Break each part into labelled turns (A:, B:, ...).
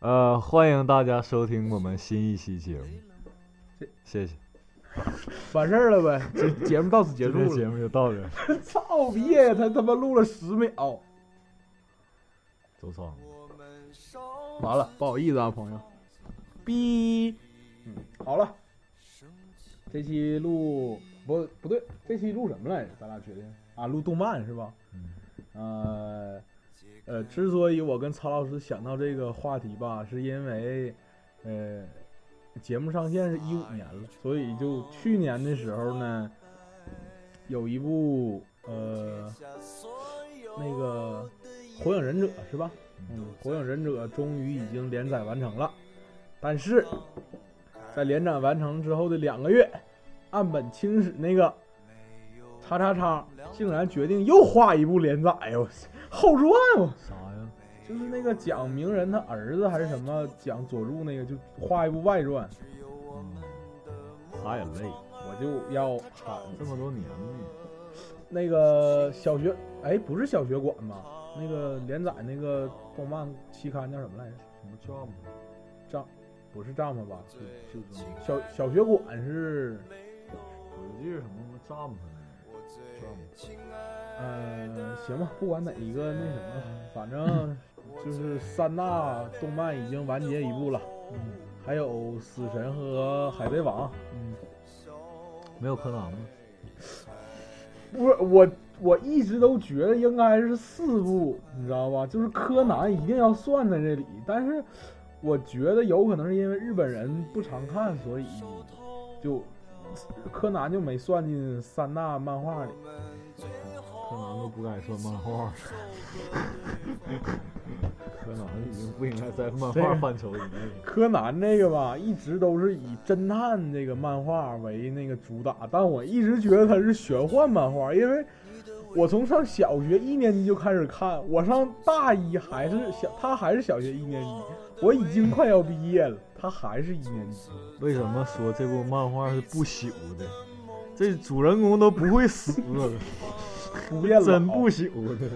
A: 呃，欢迎大家收听我们新一期节目，谢谢。
B: 完事儿了呗，这节目到此结
A: 今天
B: 束
A: 节
B: 了。
A: 目 就到这儿，
B: 操逼呀，他他妈录了十秒，
A: 走操！
B: 完了，不好意思啊，朋友。逼，嗯，好了，这期录不不对，这期录什么来着？咱俩决定啊，录动漫是吧？
A: 嗯，
B: 呃，呃，之所以我跟曹老师想到这个话题吧，是因为，呃，节目上线是一五年了，所以就去年的时候呢，有一部呃，那个《火影忍者》是吧？嗯，《火影忍者》终于已经连载完成了，但是在连载完成之后的两个月，岸本清史那个叉叉叉竟然决定又画一部连载，哎呦我操，后传我
A: 啥呀？
B: 就是那个讲鸣人他儿子还是什么讲佐助那个，就画一部外传，嗯
A: 嗯啥也累，
B: 我就要喊
A: 这么多年了，
B: 那个小学，哎，不是小学馆吧？那个连载那个动漫期刊叫什么来着？
A: 什么 job？
B: 丈不是丈夫吧？
A: 就就
B: 小小学馆是
A: 有一句什么 job 呢？job
B: 呃，行吧，不管哪一个那什么，反正就是嗯三大动漫已经完结一部了，还有《死神》和《海贼王》。
A: 没有柯南吗？
B: 不是我，我一直都觉得应该是四部，你知道吧？就是柯南一定要算在这里，但是我觉得有可能是因为日本人不常看，所以就柯南就没算进三大漫画里。
A: 柯南都不该算漫画 了，柯南啊已经不应该在漫画范畴以内。
B: 柯南这个吧，一直都是以侦探这个漫画为那个主打，但我一直觉得它是玄幻漫画，因为我从上小学一年级就开始看，我上大一还是小，他还是小学一年级，我已经快要毕业了，他还是一年级。
A: 为什么说这部漫画是不朽的？这主人公都不会死，
B: 不变了，
A: 真 不朽的。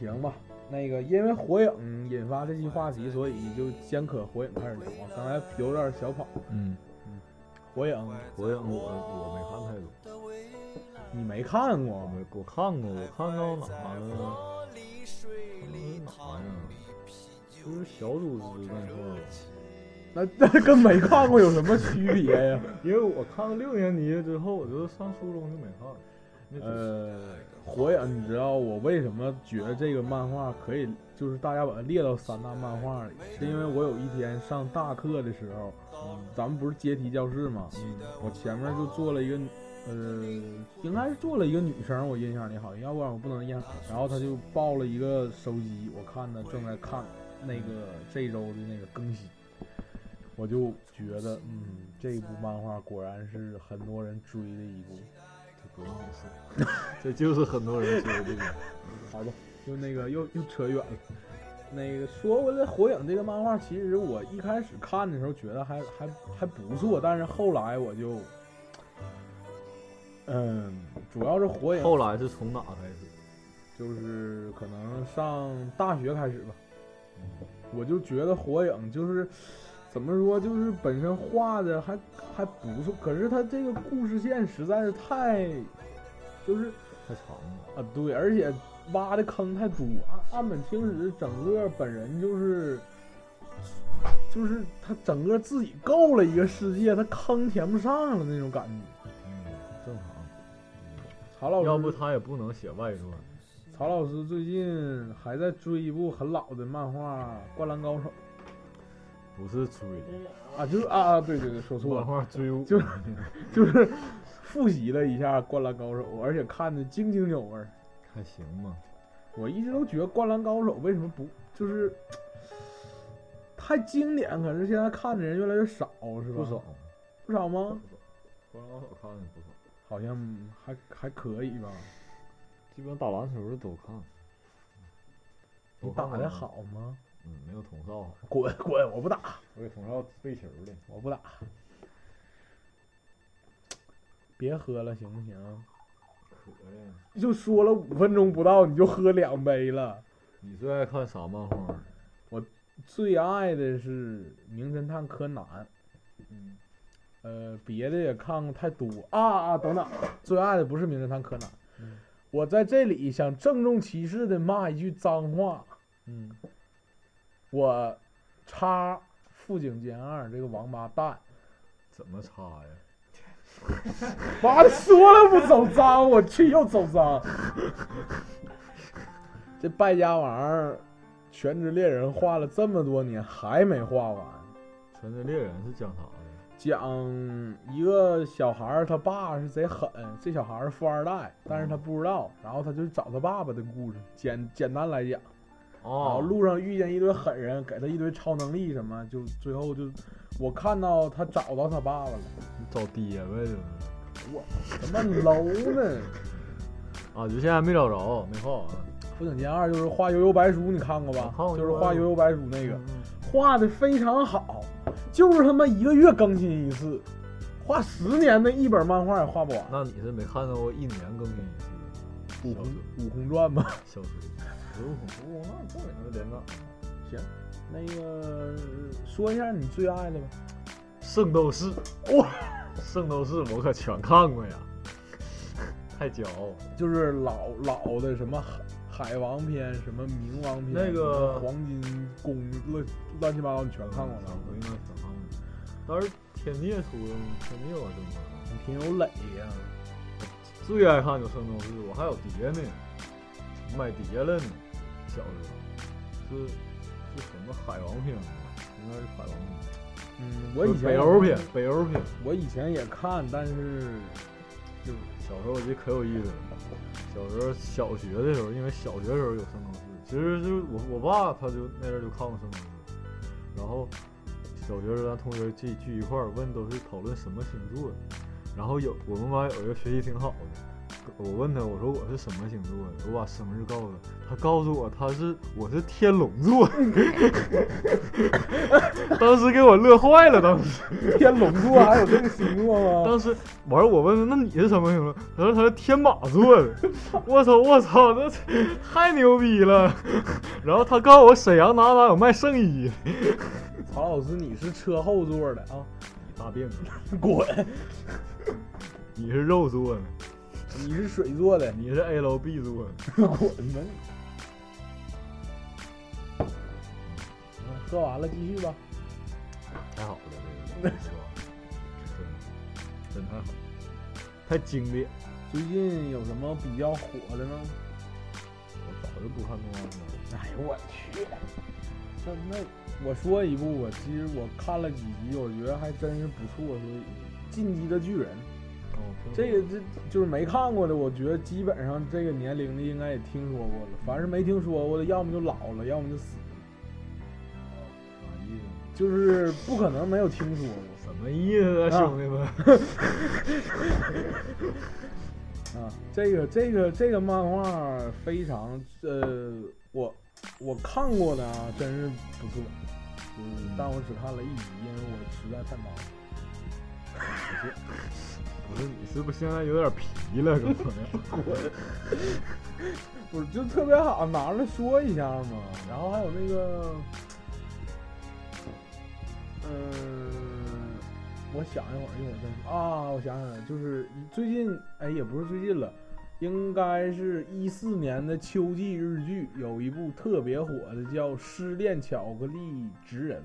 B: 行吧。那个，因为火影引发这期话题，所以就先可火影开始聊啊。刚才有点小跑，
A: 嗯，
B: 火影
A: 火影我我没看太多，
B: 你没看过
A: 我？没我看
B: 呃嗯
A: 过，我看到哪了？看到哪呀？就是小组织那块儿吧，
B: 那 那跟没看过有什么区别呀？
A: 因为我看到六年级之后，我就上初中就没看了。 那就是
B: 呃，火影，你知道我为什么觉得这个漫画可以，就是大家把它列到三大漫画里，是因为我有一天上大课的时候，
A: 呃
B: 咱们不是阶梯教室嘛，我前面就坐了一个，呃，应该是坐了一个女生，我印象里好像，要不然我不能印象。然后她就抱了一个手机，我看她正在看那个这周的那个更新。我就觉得，嗯，这部漫画果然是很多人追的一部，
A: 这不用解释， 这就是很多人说的这个。
B: 好吧，就那个又又扯远了。那个说回来，《火影》这个漫画，其实我一开始看的时候觉得还还还不错，但是后来我就，嗯，主要是《火影》
A: 后来是从哪开始？
B: 就是可能上大学开始吧，我就觉得《火影》就是怎么说，就是本身画的还还不错，可是它这个故事线实在是太，就是
A: 太长了。
B: 啊，对，而且挖的坑太多。岸岸本清史整个本人就是，就是他整个自己够了一个世界，他坑填不上了那种感觉。
A: 嗯，正常。
B: 曹老师，
A: 要不他也不能写外传。
B: 曹老师最近还在追一部很老的漫画《灌篮高手
A: 不是追，》
B: 啊，就是啊，啊，对对对，说错
A: 漫
B: 了，
A: 画追我
B: 就是就是复习了一下《灌篮高手》，而且看的津津有味儿。
A: 还行吧。
B: 我一直都觉得《灌篮高手》为什么不就是太经典，可是现在看的人越来越少，是吧？
A: 不少，
B: 不少吗？
A: 灌篮高手看的不少，
B: 好像还还可以吧。
A: 基本打篮球的都看。
B: 你
A: 都看
B: 打
A: 过
B: 的，好吗？
A: 嗯，没有童少好。
B: 滚滚！我不打，
A: 我给童少背球的，
B: 我不打。别喝了，行不行？
A: 渴呀。
B: 就说了五分钟不到，你就喝两杯了。
A: 你最爱看啥漫画？
B: 最爱的是《名侦探柯南》，
A: 嗯，
B: 呃，别的也看过太多啊啊！等等，最爱的不是《名侦探柯南》
A: 嗯
B: 我在这里想郑重其事的骂一句脏话，
A: 嗯，
B: 我插富井健二这个王八蛋，
A: 怎么插呀？
B: 妈的，说了不走脏，我去又走脏，这败家玩意儿，《全职猎人》画了这么多年还没画完。
A: 《全职猎人》是讲啥的？
B: 讲一个小孩儿，他爸是贼狠，这小孩儿是富二代，但是他不知道，然后他就找他爸爸的故事。简简单来讲，然后
A: 哦，
B: 路上遇见一堆狠人，给他一堆超能力什么，就最后就我看到他找到他爸爸了，
A: 找爹呗，就是。
B: 我怎么 low 呢？
A: 啊，就现在还没找着，没画啊完。
B: 福井健二就是画悠悠白书，你看过吧
A: 我看？过
B: 就是
A: 悠悠
B: 画
A: 白书
B: 悠悠白书那个，
A: 嗯
B: 画的非常好，就是他妈一个月更新一次，画十年的一本漫画也画不完。
A: 那你是没看到过一年更新一次
B: 武
A: 小
B: 红
A: 水
B: 武红传吧。
A: 小水，不用不用，啊那这也能连着。
B: 那个说一下你最爱的吧。
A: 圣斗士，
B: 哇，
A: 圣斗士我可全看过呀， 太骄傲了。
B: 就是老老的什么海海王篇、什么冥王篇、
A: 那个
B: 什么黄金宫乱乱七八糟，你全看过
A: 小
B: 了。
A: 鬼应该全看过。当时天灭出的，天灭我真看过。
B: 你挺有磊呀、
A: 最爱看就圣斗士，我还有碟呢，买碟了呢。小时候是是什么海王篇吗？应该是海王篇。
B: 嗯，我以前
A: 北欧篇，北欧篇。
B: 我以前也看，但是就
A: 小时候我觉得可有意思了。小时候小学的时候，因为小学的时候有圣斗士，其实就是我我爸他就那阵儿就看过圣斗士，然后小学时候咱同学聚聚一块儿问都是讨论什么星座，然后有我们班有一个学习挺好的，我问他我说我是什么星座的，我把生日告诉他，他告诉我他是我是天龙座， 当时给我乐坏了，当时。
B: 天龙座还有这个星座吗？
A: 当时完了，我问他，那你是什么星座？他说他是天马座 的。我操，我操，那太牛逼了！ 然后他告诉我沈阳哪哪有卖圣衣，
B: 曹老师，你是车后座的啊？
A: 大病，
B: 滚！
A: 你是肉做的，
B: 你是水做的，
A: 你是 A 楼 B 做的。
B: 滚吧 你！嗯喝完了继续吧。
A: 太好了，这个是吧？真真太好，太经典。
B: 最近有什么比较火的呢？
A: 我早就不看动画片了。
B: 哎呦我去！那那我说一部吧，其实我看了几集，我觉得还真是不错，所以《进击的巨人》
A: 哦，
B: 这个这就是没看过的，我觉得基本上这个年龄的应该也听说过了，凡是没听说过的，要么就老了，要么就死了，
A: 啥啊意思？
B: 就是不可能没有听说过
A: 什么意思啊，
B: 啊
A: 兄弟 们？
B: 啊。这个这个这个漫画非常呃，我我看过的啊，真是不错，嗯，但我只看了一集，因为我实在太忙了。
A: 不是你是不是现在有点皮了？怎么样？
B: 不是就特别好拿出来说一下嘛。然后还有那个，嗯，我想一会儿，一会儿再说啊。我想想了，就是最近，哎，也不是最近了，应该是一四年的秋季日剧，有一部特别火的叫《失恋巧克力职人》。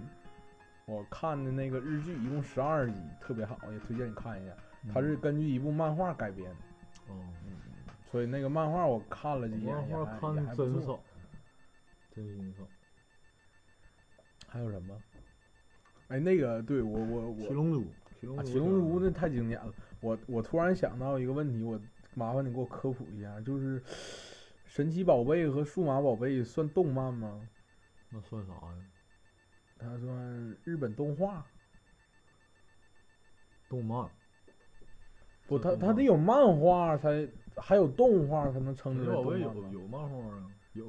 B: 我看的那个日剧一共十二集，特别好，也推荐你看一下。
A: 嗯
B: 它是根据一部漫画改编的。
A: 哦。
B: 所以那个漫画我看了几眼，
A: 漫
B: 也
A: 画
B: 还
A: 看
B: 也
A: 的
B: 还不
A: 真
B: 错。
A: 少，真少。
B: 还有什么？哎，那个对我我
A: 七
B: 我
A: 龙珠，七龙
B: 啊，
A: 珠，
B: 七龙珠那太经典了。我我突然想到一个问题，我麻烦你给我科普一下，就是神奇宝贝和数码宝贝算动漫吗？
A: 那算啥呀？
B: 它算日本动画？
A: 动漫，
B: 不，它
A: 算动
B: 它
A: 漫
B: 得有漫画才，还有动画才能称
A: 神
B: 之
A: 奇
B: 为
A: 宝
B: 动
A: 贝
B: 漫
A: 有
B: 吧。
A: 有漫画啊，有。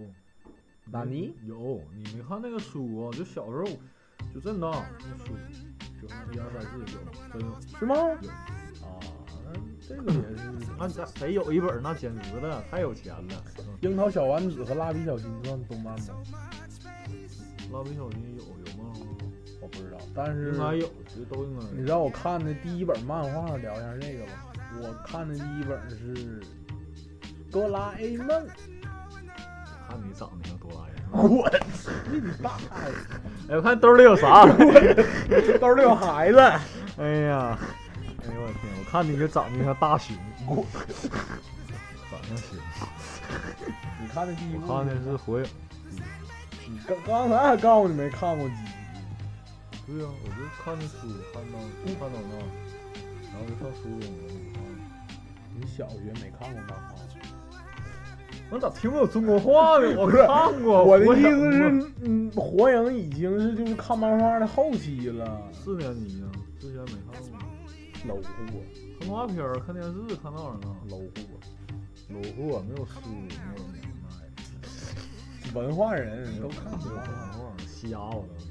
B: 纳尼
A: 有，你没看那个书啊？就小时候就真的那书，就一二三四有，真有。
B: 是吗？
A: 有
B: 啊，那这个也是。
A: 那、啊、谁有一本那简直了，太有钱了。嗯
B: 樱桃小丸子和蜡笔小新算动漫吗？
A: 蜡笔小新有有漫画吗？
B: 我不知道，但是
A: 应该有，其实都应该有。
B: 你让我看的第一本漫画，聊一下这个吧。我看的第一本是《哆啦 A 梦》，
A: 看你长得像哆啦 A 梦。
B: 滚！你大爷！
A: 哎，我看兜里有啥？
B: 兜里有孩子，
A: 哎呀，哎呦我天！我看你就长得像大熊，
B: 滚！
A: 长得像熊。
B: 你看的第一部
A: 我看的是火影。
B: 你刚刚才还告诉你没看过鸡，
A: 对呀、我就看的书，看到看到那，然后就上书里面
B: 你小学没看过漫画？
A: 我咋听不懂中国话 呢？我
B: 不是
A: 看过。
B: 我的
A: 火
B: 意
A: 影
B: 思
A: 嘛，
B: 是，嗯，火影已经是就是看漫画的后期了，
A: 四年级啊，之前没看过。
B: 搂货，
A: 看动画片儿、看电视、看那玩意儿啊。
B: 搂货，
A: 有货啊没有书，没有年代，
B: 文化人都
A: 都
B: 看
A: 看不
B: 过。
A: 懂，瞎我都。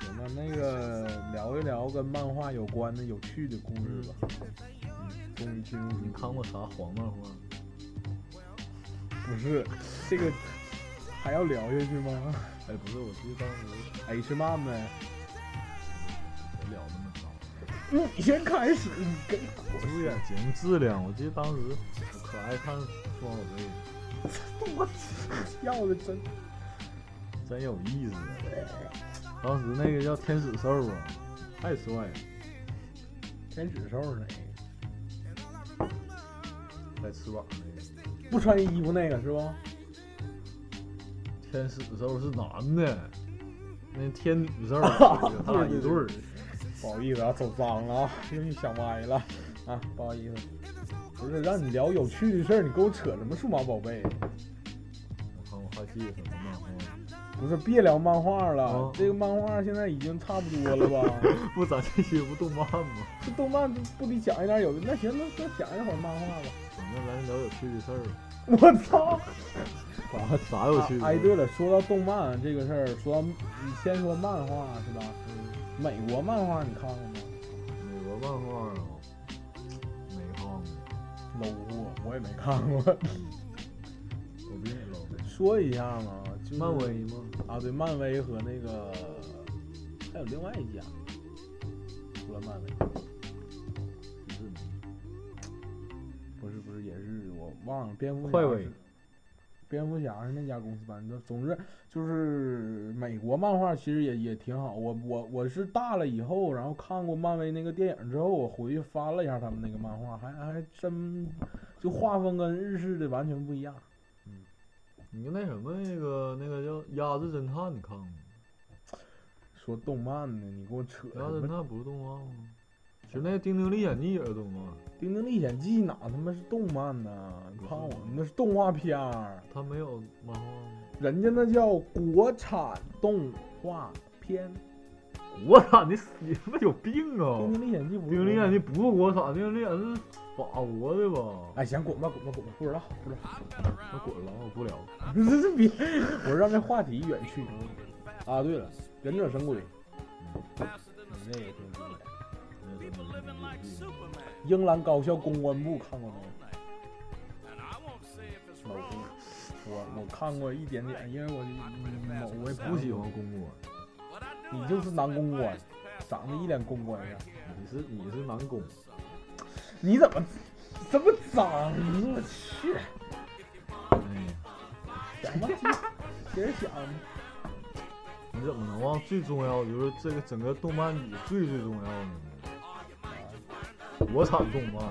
B: 行吧，那个聊一聊跟漫画有关的有趣的故事吧。嗯，终于进入
A: 你看过啥黄漫画？
B: 不是这个还要聊下去吗
A: 哎，不是，我记得当时
B: ？H 漫呗，
A: 也聊那么长。
B: 你嗯先开始，你给
A: 我是不是有点节目质量？我记得当时我可爱看《双宝贝》，
B: 我笑的真。啊
A: 真有意思。当时那个叫天使兽啊，太帅了，
B: 天使兽是哪
A: 带翅膀那个。
B: 个？不穿衣服那个是不？，
A: 天使兽是男的，那天女兽他俩 一对儿。
B: 不好意思啊，走脏了啊，又去想歪了啊，不好意思。不是让你聊有趣的事儿，你给我扯什么数码宝贝？
A: 我看我还记得什么漫画？
B: 不是，别聊漫画了，
A: 哦
B: 这个漫画现在已经差不多了吧？
A: 不，咱这期不动漫吗？
B: 这动漫不得讲一点有的？那行，那那讲一会儿漫画吧。
A: 反正咱聊有趣的事 儿。
B: 我操！啊
A: 啥啥有趣的事儿？
B: 哎，对了，说到动漫这个事儿，说到你先说漫画是吧？
A: 嗯
B: 美国漫画你看过吗？
A: 美国漫画啊，没看过，
B: low 啊，我也没看 过。
A: 我比你 low。
B: 说一下嘛，就是
A: 漫威吗？
B: 啊，对，漫威和那个还有另外一家，除了漫威，
A: 不是
B: 不是不是也是我忘了蝙蝠侠
A: 快威
B: 是，蝙蝠侠是那家公司办的。总之就是美国漫画其实也也挺好。我我我是大了以后，然后看过漫威那个电影之后，我回去翻了一下他们那个漫画，还还真就画风跟日式的完全不一样。
A: 你那什么那个那个叫《鸭子侦探》，你看过吗？
B: 说动漫呢，你给我扯
A: 《鸭
B: 什
A: 子
B: 么
A: 侦探》不是动画吗？其实那个《丁丁历险记》也是动画，
B: 《丁丁历险记》哪他妈是动漫呐？你看我们那是动画片儿，
A: 它没有漫画吗？
B: 人家那叫国产动画片。
A: 国产的你他妈有病啊！
B: 丁
A: 《
B: 丁历险记》不
A: 丁丁
B: 是国
A: 历
B: 产
A: 险记》不是国产，《丁丁历险记》是法国的吧？
B: 哎，行，滚吧，滚吧，滚吧，不知道，不知道。
A: 那滚了，我不聊。
B: 这这别，我让这话题远去。啊，对了，《忍者神龟》，你这也挺厉害。
A: 那什么
B: 英兰高校公关部看过没有？某部，我我看过一点点，因为我某我也
A: 不喜欢公关，
B: 你就是男公关，长得一脸公关样。
A: 你是你是男公，
B: 你怎么怎么长？我去，
A: 哎呀。
B: 想吧，接着想。
A: 你怎么能忘最重要的就是这个整个动漫里最最重要的呢？国产动漫，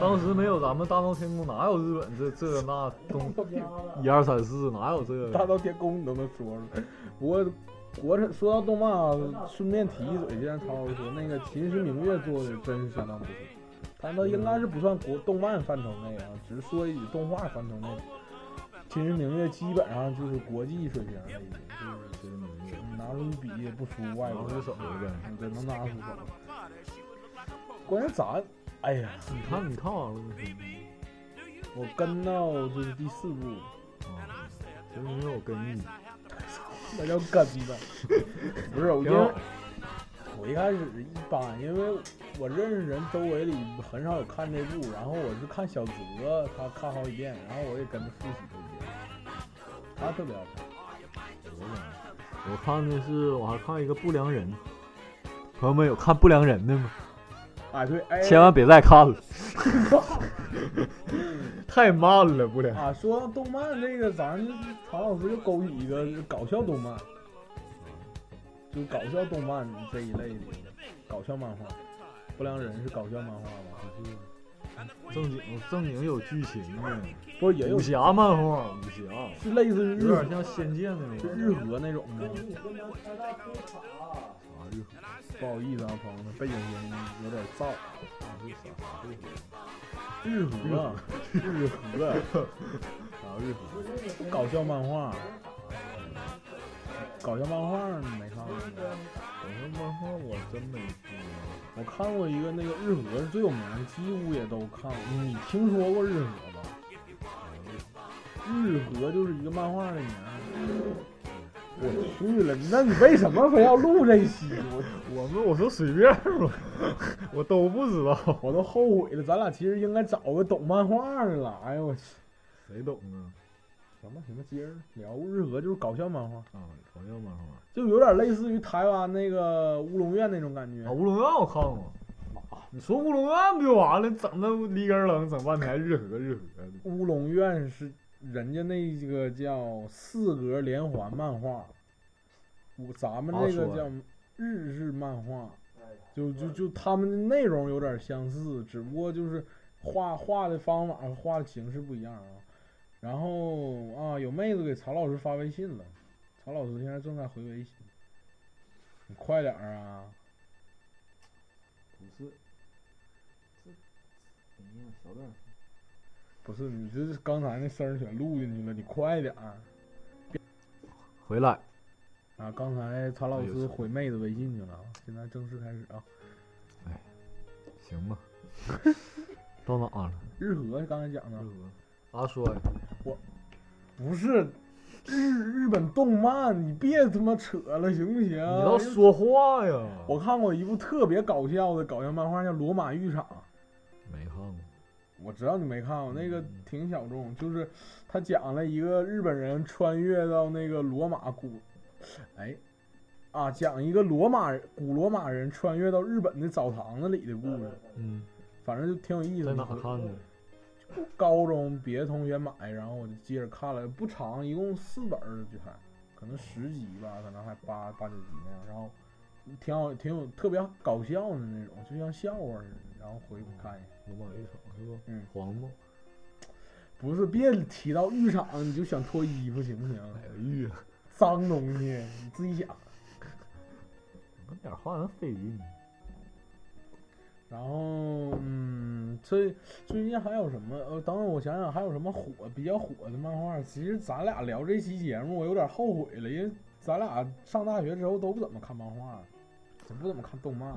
A: 当时没有咱们大闹天宫，哪有日本这这那东一二三四，哪有这
B: 大
A: 个？
B: 闹天宫你都能说出来。不过国产说到动漫啊，顺便提一嘴，就像超超说，那个《秦时明月》做的真是相当不错。但它应该是不算国动漫范畴内啊，只是说一句动画范畴内。《哦秦时明月》基本上就是国际水平了，已经就是
A: 其实没有，
B: 拿出笔也不输外
A: 拿
B: 国。
A: 出手来呗。
B: 你真能拿出手。 关键咱，哎呀，
A: 你看，你看完了吗？
B: 我跟到就是第四部，
A: 啊，其实没有跟
B: 嗯
A: 你，
B: 那叫跟吧。不是，我因
A: 挺好
B: 为。我一开始一般，因为我认识人周围里很少有看这部，然后我是看小泽他看好几遍，然后我也跟着复习了一遍，他特别爱看。
A: 我看的是我还看一个不良人，朋友们有看不良人的吗？
B: 哎对，哎
A: 千万别再看了， 太慢了，不 良。
B: 啊，说到动漫这个，咱曹老师就勾起一个就是搞笑动漫，就搞笑动漫这一类的搞笑漫画，不良人是搞笑漫画吗？
A: 正经正经有剧情的，
B: 不是也有
A: 武
B: 是
A: 侠漫画，武侠
B: 类似于
A: 有
B: 日
A: 点像《仙剑》那
B: 就
A: 种。
B: 日和那种吗？
A: 啊日和
B: 不好意思啊，朋友们，背景音有点燥。啊日和，日和，
A: 啊日和，
B: 搞笑漫画，搞笑漫画你没看过吗？
A: 搞笑漫画我真没看
B: 我看过一个那个日和是最有名的，几乎也都看过。嗯你听说过日和吗？日和就是一个漫画的名儿。我去了，那你为什么非要录这期？我
A: 过。我们我说随便吧，我都不知道，
B: 我都后悔了，咱俩其实应该找个懂漫画的了。哎呦我去，
A: 谁懂啊？
B: 什么什么接着聊日和就是搞笑漫画，
A: 啊，搞笑漫画
B: 就有点类似于台湾那个乌龙院那种感觉
A: 啊，。乌龙院我看过。你说乌龙院不就完了？整那离根儿冷，整半天日和日和的。
B: 乌龙院是人家那个叫四格连环漫画，我咱们这个
A: 好
B: 叫
A: 说
B: 日式漫画，就就就他们的内容有点相似，只不过就是画画的方法、画的形式不一样啊。然后啊，有妹子给曹老师发微信了，曹老师现在正在回微信，你快点儿啊！
A: 不是，这怎么
B: 嗯
A: 样？小点
B: 不是你这是刚才那声儿全录进去了，你快点儿
A: 回来，
B: 啊！刚才曹老
A: 哎
B: 师
A: 呦
B: 回妹子微信去了啊，现在正式开始啊。
A: 行吧？ 到哪了？
B: 日和刚才讲的
A: 阿衰，
B: 不是日日本动漫，你别他妈扯了行不行？
A: 你要说话呀！
B: 哎我看过一部特别搞笑的搞笑漫画，叫《罗马浴场》。
A: 没看过。
B: 我知道你没看过，那
A: 嗯
B: 个挺小众，就是他讲了一个日本人穿越到那个罗马古，哎，啊，讲一个罗马古罗马人穿越到日本的澡堂子里的故事，
A: 嗯，
B: 反正就挺有意思
A: 在
B: 的。
A: 哪看的？
B: 高中别的同学买，然后我就接着看了，不长，一共四本儿就还，可能十集吧，可能还八八九集那样，然后挺好，挺有特别搞笑的那种，就像笑话似的。然后回去看一下，
A: 罗马浴场是不？
B: 嗯，
A: 黄吗？
B: 不是别提到浴场你就想脱衣服行不行？
A: 哪个浴啊？
B: 脏东西你自己想。
A: 整点话能费劲。
B: 然后嗯，这最近还有什么？呃，等会儿我想想还有什么火比较火的漫画。其实咱俩聊这期节目，我有点后悔了，因为咱俩上大学之后都不怎么看漫画，也不怎么看动漫。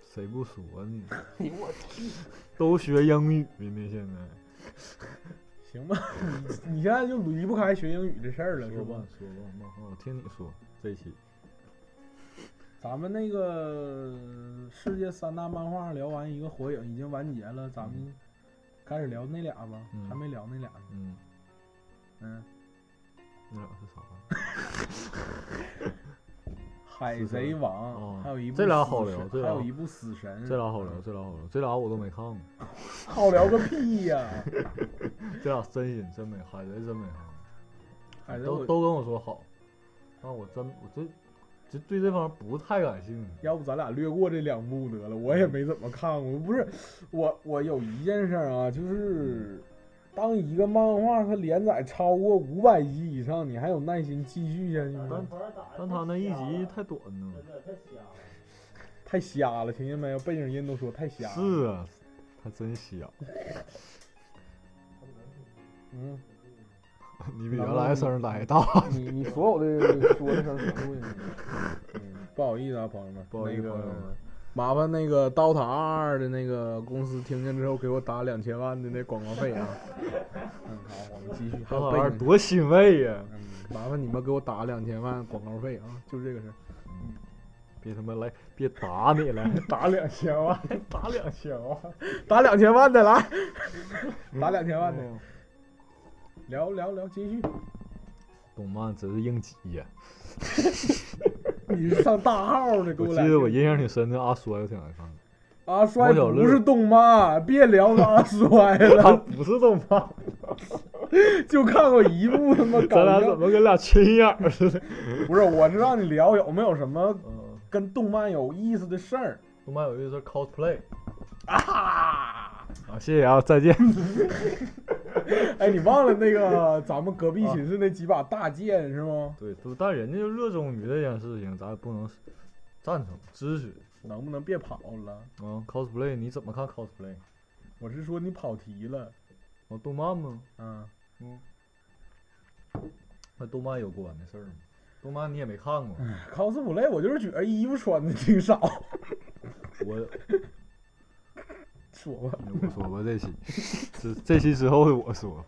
A: 谁不说呢？
B: 哎呦我
A: 都学英语呢，现在
B: 行吧，你你现在就离不开学英语这事儿了，是
A: 说
B: 不
A: 吧？说吧，漫画我听你说这期。
B: 咱们那个世界三大漫画聊完一个火影已经完结了，咱们开始聊那俩吧，
A: 嗯
B: 还没聊那俩呢。
A: 嗯，
B: 嗯，
A: 那俩是啥？
B: 海
A: 死神
B: 贼王
A: 哦，
B: 还有一部
A: 这俩
B: 死
A: 好聊
B: 神
A: 这
B: 还
A: 俩
B: 有一部死神，嗯
A: 这俩好聊，这俩好聊，这俩我都没看过。
B: 好聊个 屁呀、
A: 这俩真心真没，海贼真没看过。
B: 海贼
A: 都
B: 哎我，
A: 都跟我说好，但我真我这这对这方面不太感兴趣。
B: 要不咱俩略过这两部得了，我也没怎么看过。不是，我我有一件事儿啊，就是当一个漫画它连载超过五百集以上，你还有耐心继续下去吗
A: 但？但他那一集太短了。
B: 太瞎了，听见没有？背景音都说太瞎了。
A: 是啊，他真瞎，
B: 嗯，
A: 你比原来声儿来大。
B: 你你所有的说的声全录进去了。嗯，不好意思啊，朋友们，
A: 不好意思
B: 那个
A: 朋友们
B: 麻烦那个《刀塔二》的那个公司听见之后给我打两千万的那广告 费啊！嗯，好，我们继续。还
A: 这
B: 有
A: 玩
B: 背
A: 意儿
B: 景
A: 多欣慰呀！
B: 嗯，麻烦你们给我打两千万广告费啊！就这个事儿。嗯，
A: 别他妈来，别打你了，
B: 打两千万，
A: 打两
B: 千万，打两千万的来， 哦打两千万的，
A: 嗯
B: 聊聊聊，继续。
A: 动漫只是硬挤呀。
B: 你是上大号的，给
A: 我记
B: 来
A: 得我印象挺深的，阿衰挺爱看的。
B: 阿衰
A: 王小
B: 不
A: 乐
B: 是动漫，别聊阿衰
A: 他
B: 了，
A: 不是动漫，
B: 就看过一部他妈搞
A: 咱俩
B: 笑
A: 怎。么跟俩亲眼儿似的？
B: 不是，我是让你聊有没有什么
A: 嗯，
B: 跟动漫有意思的事儿
A: 动漫有意思是 cosplay
B: 啊？
A: 啊，谢谢啊，再见。
B: 哎，你忘了那个 咱们隔壁寝室那几把大剑是吗？
A: 对，都但人家就热衷于这件事情，咱也不能赞成支持
B: 能不能别跑了？
A: 啊。cosplay 你怎么看 cosplay？
B: 我是说你跑题了，
A: 啊，动漫吗？
B: 嗯，
A: 嗯，和动漫有关的事儿吗？动漫你也没看过，
B: cosplay 我就是觉得衣服穿的挺少，
A: 我
B: 说吧，
A: 我说过这期， 这这期之后的我说吧。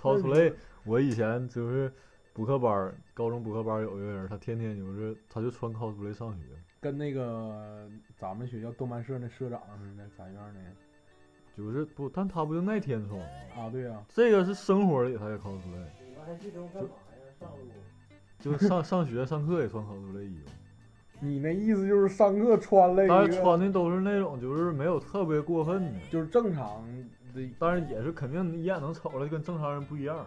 A: cosplay，我以前就是补课班儿，高中补课班儿有一个人，他天天就是他就穿 cosplay 上学，
B: 跟那个咱们学校动漫社那社长似的，咱院儿那
A: 就是不，但他不就那天穿吗？
B: 啊，对呀、
A: 这个是生活里他也 cosplay，
C: 你们还聚中干嘛呀？上路。
A: 就上上学上课也穿 cosplay 衣服，
B: 你那意思就是上课穿了一
A: 但是
B: 个，
A: 穿的都是那种就是没有特别过分的，
B: 就是正常的，
A: 但是也是肯定一眼能瞅出来跟正常人不一样。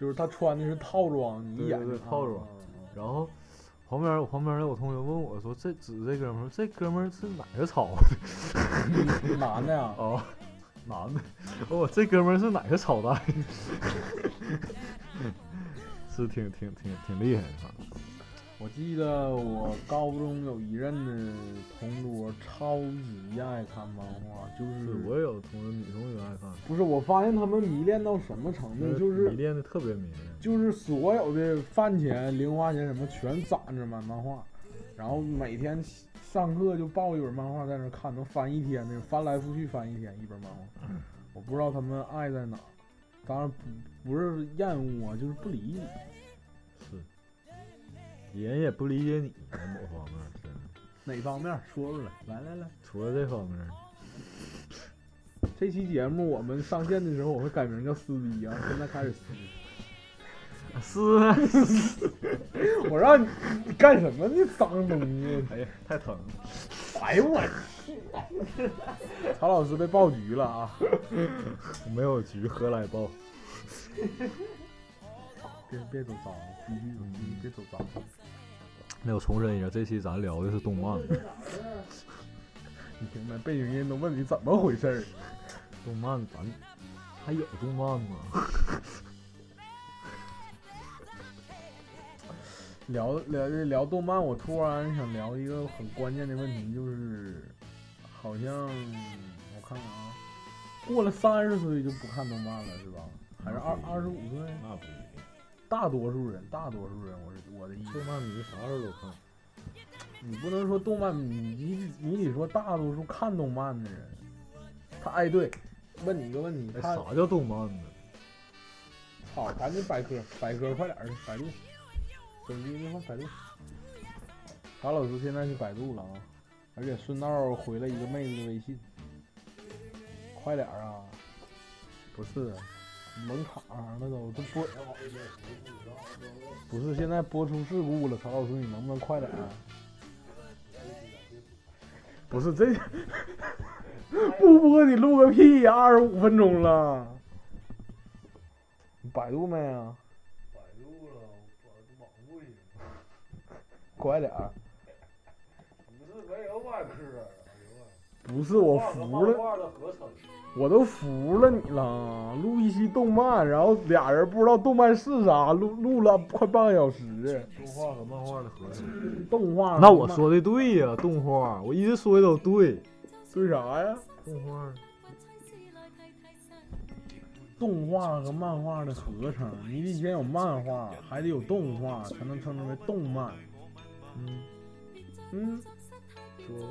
B: 就是他穿的是套装，你一
A: 对
B: 眼
A: 对对
B: 就
A: 套装。
B: 嗯嗯嗯
A: 然后旁边我旁边的我同学问我说：“这指这哥们儿，这哥们儿是哪个抄的
B: 啊 男的呀、？”
A: 哦，男的。哦，这哥们儿是 哪个朝代的？是挺挺挺挺厉害的哈。
B: 我记得我高中有一任的同桌超级爱看漫画，就是
A: 我也有同学女同学爱看，
B: 不是我发现他们迷恋到什么程度，就
A: 迷
B: 是
A: 恋的特别迷恋。
B: 就是所有的饭钱、零花钱什么全攒着买漫画，然后每天上课就抱一本漫画在那看，能翻一天那种，翻来覆去翻一天一本漫画。我不知道他们爱在哪儿，当然不不是厌恶啊，就是不理解。
A: 是，人也不理解你在某方面儿，真的。
B: 哪方面说出来？来来来，
A: 除了这方面儿，
B: 这期节目我们上线的时候我会改名叫撕逼啊，现在开始撕。
A: 是啊，
B: 我让你你干什么呢？脏东西！
A: 哎呀，太疼了。
B: 哎呦我去！曹老师被爆菊了啊！
A: 没有局何来报？
B: 别别走脏，继续继续别走脏。
A: 那我重申一下，这期咱聊的是动漫。
B: 你听没？背景音都问你怎么回事儿？
A: 动漫咱还有动漫吗？
B: 聊聊聊动漫，我突然想聊一个很关键的问题，就是好像我看看啊，过了三十岁就不看动漫了是吧？还是二二十五岁？
A: 那不一定，
B: 大多数人，大多数人，我是我的意思
A: 动，漫迷啥时候都看。
B: 你不能说动漫，你你你得说大多数看动漫的人，他哎对，问你一个问题，
A: 哎，
B: 他
A: 啥叫动漫呢？
B: 好，赶紧百科，百科快点儿，百度，手机那块百度。曹老师现在去百度了啊，而且顺道回了一个妹子的微信，快点儿啊！不是，门槛儿了都，这播不是现在播出事故了，曹老师你能不能快点儿啊、不是这不播你录个屁呀！二十五分钟了，你百度没啊？
C: 百度了，网网贵，
B: 快点儿！
C: 不是没有百科啊。
B: 不是我
C: 画个
B: 服
C: 漫
B: 了，
C: 画的合成，
B: 我都服了你了。录一期动漫，然后俩人不知道动漫是啥，录录了快半个小时。
A: 动画和漫画的合成。
B: 动画
A: 那我说的对呀、动画，我一直说的都对。
B: 对啥呀？
A: 动画，
B: 动画和漫画的合成，你得先有漫画，还得有动画，才能称之为动漫。
A: 嗯，
B: 嗯，
A: 说吧。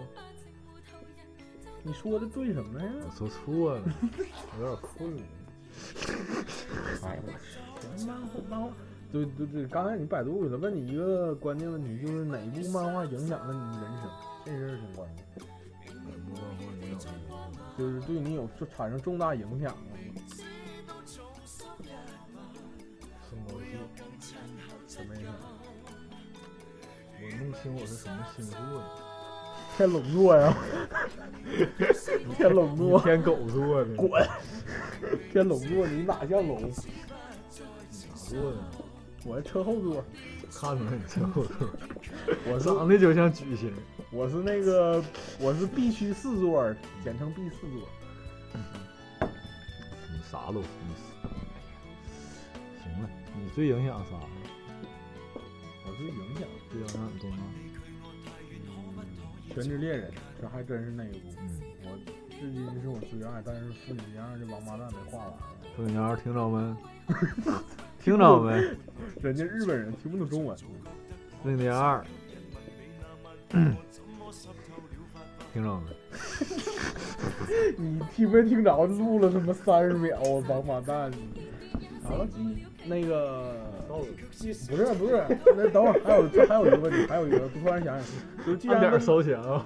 B: 你说的对什么呀？
A: 我说错了，有点困了。
B: 哎我去，漫画漫画，对对对，刚才你百度去了，问你一个关键问题，就是哪一部漫画影响了你的人生？这事儿挺关键，
A: 不漫画影响力。
B: 就是对你有产生重大影响的。
A: 生高系什么影响？我弄清我是什么星座的，
B: 天龙座呀， 天龙
A: 你
B: 座，
A: 天狗座的，
B: 滚！天龙座，你哪像龙？
A: 哪座的？
B: 我是车后座，
A: 看出来你像狗座，
B: 我是
A: 长得就像巨星。
B: 我是那个我是必须四座，简称必四座。
A: 你啥都你行了，你最影响啥了？
B: 我是影响
A: 最影响动漫？
B: 《全职猎人》，这还真是那一部。
A: 嗯，
B: 我至今是我最爱，但是父女样这王八蛋没画完啊，
A: 小鸟儿听着 没？听着没？
B: 人家日本人听不懂中文。
A: 零点二，听着没？
B: 你听没听着？录了他妈三十秒，啊，王八蛋！好了，那个不是不是， 那等会儿还有这还有一个问题，还有一个，突然想想，就既
A: 按
B: 然
A: 点儿
B: 问
A: 收钱啊！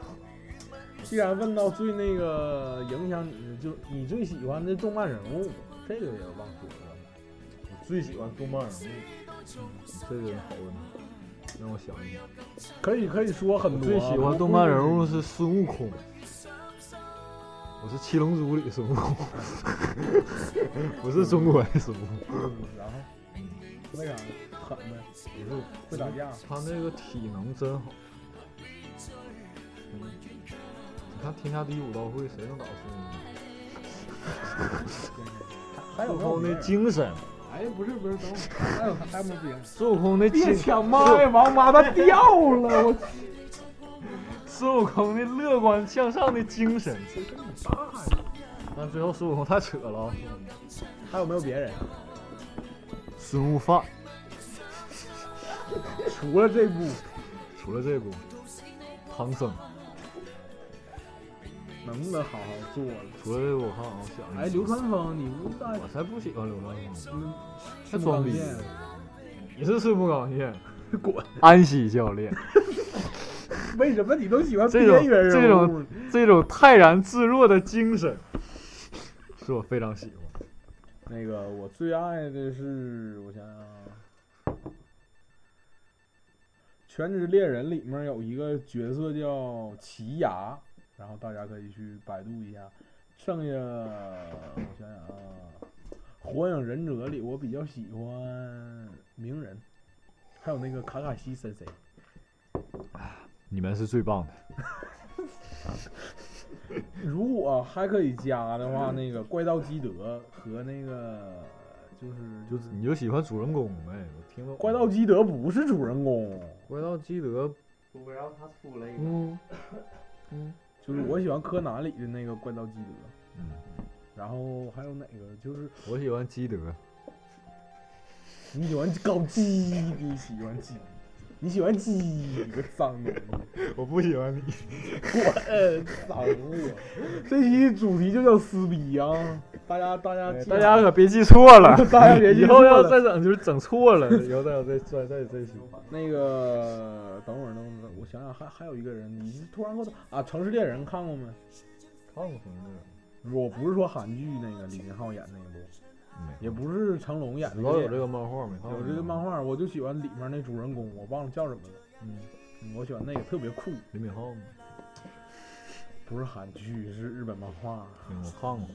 B: 既然问到最那个影响你的，就是你最喜欢的动漫人物，这个也忘说了。
A: 我最喜欢动漫人物，这个好问题，让我想一想。
B: 可以可以说很
A: 我
B: 多啊。
A: 最喜欢动漫人物是孙悟空，我是《七龙珠》里孙悟 空，不是中国的孙悟空。
B: 嗯，然后为啥狠呗？
A: 不是
B: 会打架，
A: 他那个体能真好。嗯你看天下第一武道会，谁能打孙
B: 还有
A: 悟
B: 没
A: 空？
B: 有
A: 悟空
B: 哎
A: 的
B: 别人？
A: 精神，
B: 哎，不是不是，等会儿还有还有没有别人？
A: 孙悟空的精
B: 呀，王八蛋掉了！我
A: 孙悟空的乐观向上的精神。
B: 谁跟你爸呀？
A: 但最后孙悟空太扯了啊，
B: 还有没有别人？
A: 孙悟饭。
B: 除了这部，
A: 除了这部，唐僧。
B: 能不能好好做了？
A: 除了这部，我看啊，我想一下
B: 哎，流川枫，你不在
A: 我才不喜欢流川枫，
B: 太
A: 太装逼
B: 了
A: 了。。你是孙不高兴，
B: 滚！
A: 安西教练，
B: 为什么你都喜欢
A: 这
B: 边
A: 种
B: 缘人物？
A: 这种这种泰然自若的精神，是我非常喜欢。
B: 那个，我最爱的是我想想，啊，《全职猎人》里面有一个角色叫奇牙，然后大家可以去百度一下。剩下我想想啊，《火影忍者》里我比较喜欢鸣人，还有那个卡卡西森森。
A: 你们是最棒的，
B: 如果还可以加的话，那个怪盗基德和那个就是
A: 就你就喜欢主人公呗。我听懂。
B: 怪盗基德不是主人公。
A: 怪盗基德，
C: 我让他出来一个，
A: 嗯嗯
B: 就是我喜欢柯南里的那个怪盗基德，
A: 嗯，
B: 然后还有哪个？就是
A: 我喜欢基德，
B: 你喜欢搞基，你喜欢基，你喜欢基，你个脏东西，
A: 我不喜欢你。
B: 滚，脏我！这期主题就叫撕逼啊！大家大家
A: 哎大家可别记错 了，
B: 大家别记
A: 以
B: 错
A: 后
B: 了
A: 要再整就是整错 了，以后再有再再再再行。
B: 那个等会儿等会儿，我想想还还有一个人，你突然给我啊，《城市猎人》看过没？
A: 看过什么电
B: 我不是说韩剧那个李明浩演那一部，
A: 嗯
B: 也不是成龙演的，
A: 知道有这个漫画没？
B: 有这个漫，画，我就喜欢里面那主人公，我忘了叫什么了。
A: 嗯，
B: 嗯我喜欢那个特别酷，
A: 李敏镐吗？
B: 不是韩剧，是日本漫画。
A: 嗯我看过，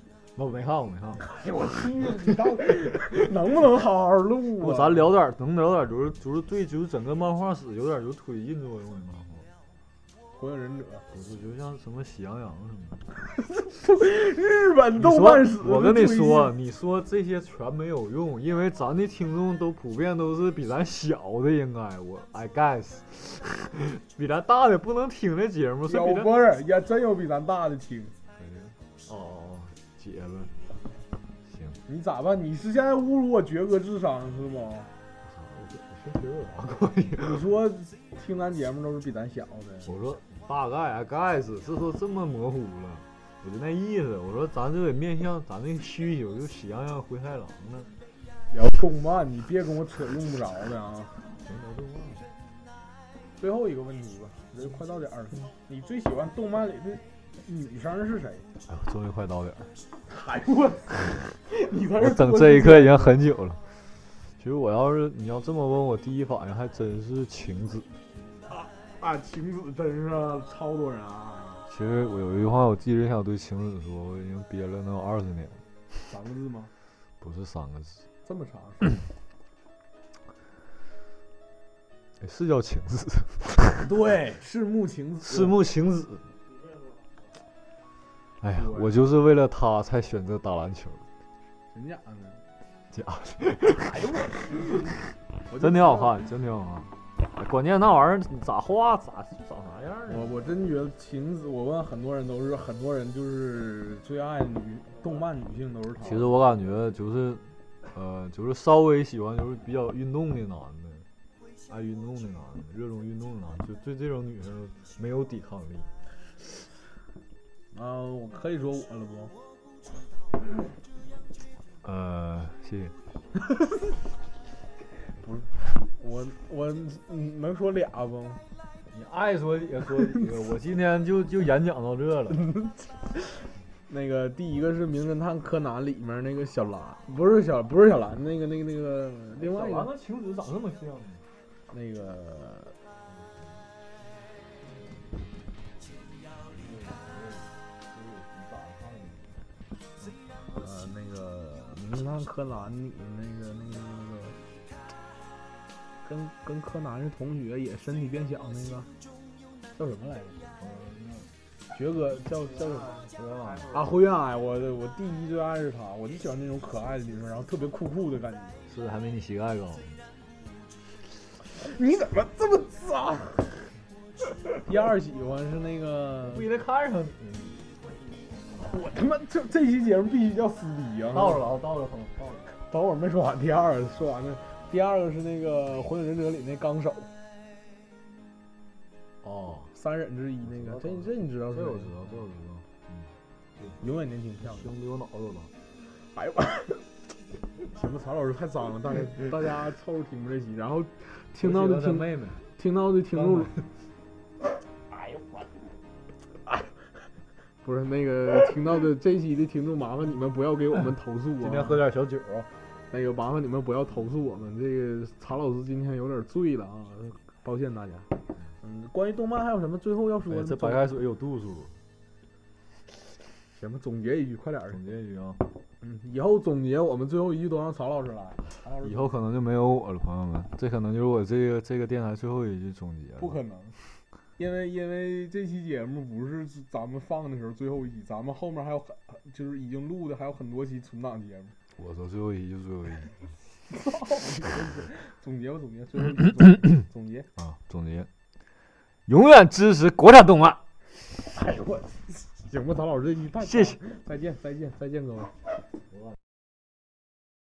A: 我没看过，没看过。
B: 哎呦我去，你到底 能不能好好录
A: 不，
B: 啊？
A: 咱聊点儿，能聊点儿，就是就是对，就是整个漫画史有点儿就是推进作用的漫画，
B: 火影忍者，
A: 不是就像什么喜羊羊什么的。
B: 日本
A: 你
B: 动
A: 说
B: 漫史。
A: 我跟你说，，你说这些全没有用，因为咱的听众都普遍都是比咱小的，应该我 I guess，比咱大的不能听这节目，是
B: 有
A: 比咱
B: 不是也真有比咱大的轻？
A: 哦哦，姐们，行，
B: 你咋办？你是现在侮辱我爵哥智商是吗？
A: 我说我跟有啥关系？
B: 你说听咱节目都是比咱小的，
A: 我说大概 I guess 是说这么模糊了，我就那意思，我说咱就得面向咱那个需求，就喜羊羊、灰太狼呢，
B: 聊动漫，你别跟我扯用不着的啊。
A: 没聊动漫。
B: 最后一个问题吧，人快到点儿了。你最喜欢动漫里的女生 是谁？
A: 哎呦，终于快到点儿了，
B: 还问？你才
A: 我
B: 是
A: 等这一刻已经很久了。其实我要是你要这么问我，第一反应还真是晴子。
B: 啊！晴子真是超多人啊，
A: 其实我有一句话，我一直想对晴子说，我已经憋了能有二十年，
B: 三个字吗？
A: 不是三个字，
B: 这么长？
A: 哎是叫晴子，
B: 对，是木晴子。
A: 是木晴子。哎呀，
B: 对
A: 我就是为了她才选择打篮球，
B: 真假的？
A: 假的。
B: 哎呦我我就
A: 真挺好看，真挺好看。哎关键那玩意儿你咋画咋长啥样
B: 我
A: 呢？
B: 我真觉得晴子，我问很多人都是，很多人就是最爱女动漫女性都是她。
A: 其实我感觉就是，呃，就是稍微喜欢就是比较运动的男的，爱运动的男的，热衷运动的男的，就对这种女生没有抵抗力。
B: 啊，我可以说我了不？
A: 呃，谢谢。
B: 我我嗯能说俩不？
A: 你爱说也 说几个，我今天就就演讲到这了。
B: 那个第一个是《名侦探柯南》里面那个小兰，不是小不是小兰，那个那个那个另外一个
A: 那晴子长那么像呢？
B: 那个呃那个《名侦探柯南》里那个那个那个跟跟柯南是同学，也身体变小那个叫什么来着？学哥叫叫什么？啊，灰原哀，我的我第一最爱是她，我就喜欢那种可爱的女生，然后特别酷酷的感觉。
A: 是还没你膝盖高。
B: 你怎么这么脏？第二喜欢是那个，
A: 故意的看上你。
B: 我他妈这这期节目必须叫撕逼啊！
A: 到了啊，到了，朋友，到了。
B: 等会儿没说完，第二说完了，第二个是那个《火影忍者》里那纲手，
A: 哦，
B: 三忍之一那个，这这你知道
A: 这
B: 是
A: 我
B: 谁
A: 知？道，这我知道。
B: 永远年轻漂亮。
A: 行，比我脑子大。
B: 哎呦我，行吧，曹老师太脏了，大家 大家凑合听吧这期，然后听到的听
A: 妹妹，
B: 听到的听哎众， 不是那个听到的这期的听众，麻烦你们不要给我们投诉啊！
A: 今天喝点小酒啊。
B: 那个麻烦你们不要投诉我们，这个曹老师今天有点醉了啊，抱歉大家。嗯，关于动漫还有什么最后要说
A: 哎
B: 的
A: 呀
B: 吗？
A: 这白开水有度数，
B: 什么总结一句，快点儿。
A: 总结一句啊，
B: 嗯，以后总结我们最后一句都让曹老师来。曹老师
A: 以后可能就没有我了，朋友们，这可能就是我这个这个电台最后一句总结了。
B: 不可能，因为因为这期节目不是咱们放的时候最后一期，咱们后面还有很就是已经录的还有很多期存档节目。
A: 我说最后一句就最后一句
B: 总结吧，总结，最后一句总结总结。
A: 啊，总结，永远支持国产动漫。
B: 哎呦我，行吧，曹老师这期太
A: 谢谢，
B: 再见，再见，再见，各位。